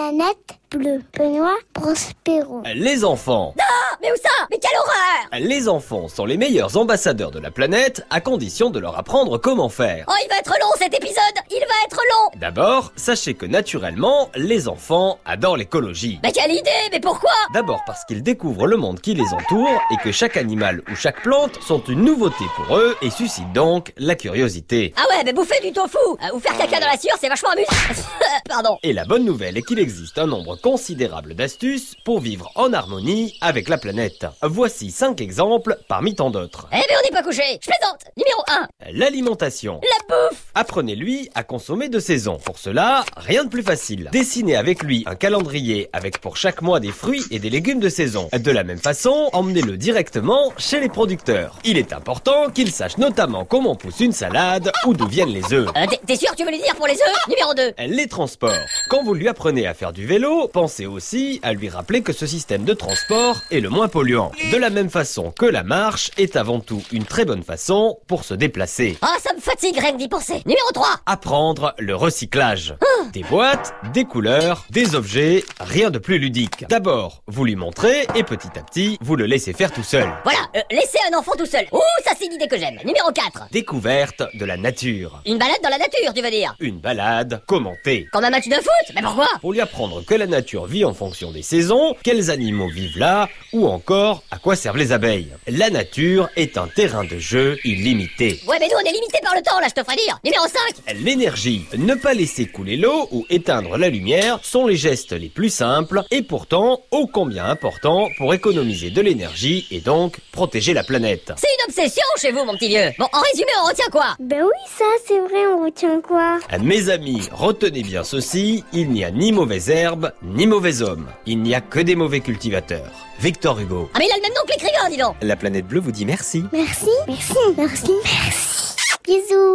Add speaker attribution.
Speaker 1: Planète bleue. Benoît Prospero. Ah,
Speaker 2: Les enfants
Speaker 3: Mais où ça Mais quelle horreur Ah!
Speaker 2: Les enfants sont les meilleurs ambassadeurs de la planète à condition de leur apprendre comment faire.
Speaker 3: Oh, il va être long cet épisode Il va être long Ah!
Speaker 2: D'abord, sachez que naturellement, les enfants adorent l'écologie.
Speaker 3: Mais Bah, quelle idée Mais pourquoi Ah!
Speaker 2: D'abord parce qu'ils découvrent le monde qui les entoure et que chaque animal ou chaque plante sont une nouveauté pour eux et suscitent donc la curiosité.
Speaker 3: Ah ouais, mais bouffer du tofu euh, ou faire caca dans la sciure, c'est vachement amusant Pardon
Speaker 2: Et la bonne nouvelle est qu'il existe un nombre considérable d'astuces pour vivre en harmonie avec la planète. Voici 5 exemples parmi tant d'autres.
Speaker 3: Eh mais on n'est pas couché Je plaisante Numéro 1
Speaker 2: L'alimentation.
Speaker 3: La bouffe
Speaker 2: Apprenez-lui à consommer de saison. Pour cela, rien de plus facile. Dessinez avec lui un calendrier avec pour chaque mois des fruits et des légumes de saison. De la même façon, emmenez-le directement chez les producteurs. Il est important qu'il sache notamment comment pousse une salade ou d'où viennent les œufs.
Speaker 3: Euh, t'es- T'es sûr que tu veux lui dire pour les œufs Numéro ah! 2
Speaker 2: Les transports. Quand vous lui apprenez à faire du vélo, pensez aussi à lui rappeler que ce système de transport est le moins polluant. De la même façon que la marche est avant tout une très bonne façon pour se déplacer.
Speaker 3: Ah, ça me fatigue rien que d'y penser Numéro ah! 3
Speaker 2: Apprendre le recyclage. Des boîtes, des couleurs, des objets, rien de plus ludique. D'abord, vous lui montrez et petit à petit, vous le laissez faire tout seul.
Speaker 3: Voilà, euh, laisser un enfant tout seul Ouh, ça c'est une idée que j'aime Numéro 4
Speaker 2: Découverte de la nature.
Speaker 3: Une balade dans la nature, tu veux dire Ah!
Speaker 2: Une balade commentée.
Speaker 3: Comme un match de foot Mais pourquoi Ah!
Speaker 2: Pour lui apprendre que la nature vit en fonction des saisons, quels animaux vivent là, ou encore à quoi servent les abeilles. La nature est un terrain de jeu illimité.
Speaker 3: Ouais, mais nous on est limité par le temps là, je te ferai dire Numéro ah! 5
Speaker 2: L'énergie. Ne pas laisser couler l'eau ou éteindre la lumière sont les gestes les plus simples et pourtant ô combien importants pour économiser de l'énergie et donc protéger la planète.
Speaker 3: C'est une obsession chez vous, mon petit vieux Bon, en résumé, on retient quoi
Speaker 1: Ben oui, ça, c'est vrai, on retient quoi Ah,
Speaker 2: Ah, Mes amis, retenez bien ceci, il n'y a ni mauvaise herbe, ni mauvais homme. Il n'y a que des mauvais cultivateurs. Victor Hugo.
Speaker 3: Ah mais il a le même nom que l'écrivain, dis donc
Speaker 2: La planète bleue vous dit merci.
Speaker 1: Merci. Merci. Merci. Merci. Bisous.